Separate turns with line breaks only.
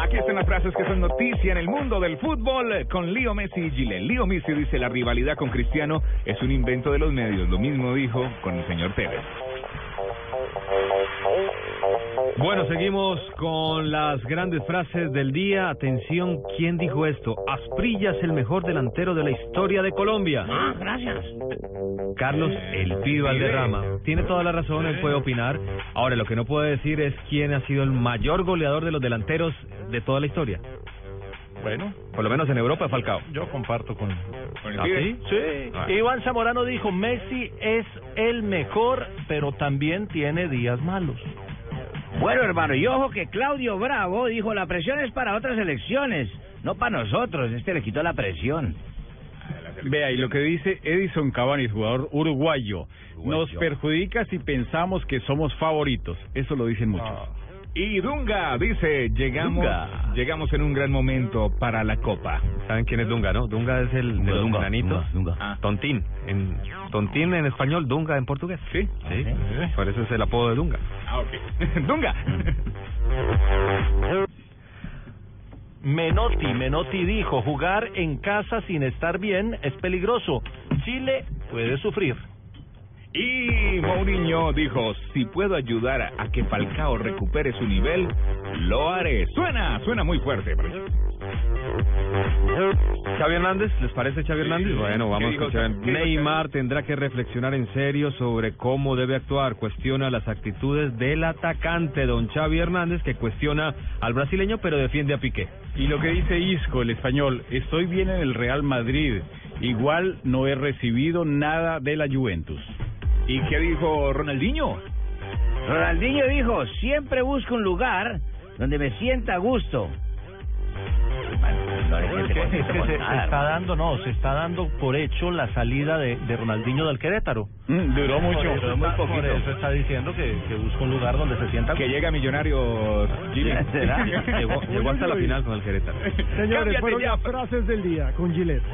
Aquí están las frases que son noticia en el mundo del fútbol con Leo Messi y Gile. Leo Messi dice la rivalidad con Cristiano es un invento de los medios. Lo mismo dijo con el señor Tevez.
Bueno, seguimos con las grandes frases del día. Atención, ¿quién dijo esto? Asprilla es el mejor delantero de la historia de Colombia.
Ah, gracias.
Carlos El Pibe Valderrama. Tiene toda la razón, él puede opinar. Ahora, lo que no puede decir es quién ha sido el mayor goleador de los delanteros de toda la historia.
Bueno,
Por lo menos en Europa, Falcao.
yo comparto con...
¿Con el
¿Ah,
Tigre?
sí?
Sí,
Ah.
Iván Zamorano dijo, Messi es el mejor, pero también tiene días malos.
Bueno, hermano, y ojo que Claudio Bravo dijo, la presión es para otras elecciones, no para nosotros. Este le quitó la presión.
Vea, y lo que dice Edison Cavani, jugador uruguayo, nos perjudica si pensamos que somos favoritos. Eso lo dicen muchos.
Ah.
Y Dunga dice, llegamos,
Dunga.
llegamos en un gran momento para la Copa.
¿Saben quién es Dunga, no? Dunga es el de los
Dunga,
enanitos.
Dunga, Dunga.
Ah. Tontín. En, tontín en español, Dunga en portugués. Sí. Sí. Por eso es el apodo de Dunga.
Ah, ok. Dunga.
Menotti, Menotti dijo, jugar en casa sin estar bien es peligroso. Chile puede sufrir.
Y Mourinho dijo, si puedo ayudar a, a que Falcao recupere su nivel, lo haré. Suena, suena muy fuerte. parece.
Xavi Hernández, ¿les parece Xavi Hernández? Bueno, vamos
¿Qué dijo
con Xavi.
Xavi? ¿Qué dijo
Neymar tendrá que reflexionar en serio sobre cómo debe actuar. Cuestiona las actitudes del atacante, don Xavi Hernández, que cuestiona al brasileño, pero defiende a Piqué.
Y lo que dice Isco, el español, estoy bien en el Real Madrid. Igual no he recibido nada de la Juventus.
¿Y qué dijo Ronaldinho?
Ronaldinho dijo, siempre busco un lugar donde me sienta a gusto. Hermano, no le siente
Es que se,
contento con
se
nada,
está dando, no, se está dando por hecho la salida de, de Ronaldinho del Querétaro.
Mm, duró
Por
mucho.
eso está- Por eso está diciendo que, que busca un lugar donde se sienta
Que llega Millonarios Jimmy.
¿Será?
Llegó, llegó hasta la final con el Querétaro.
Señores,
Cámbiate
fueron
ya.
las frases del día con Gillette.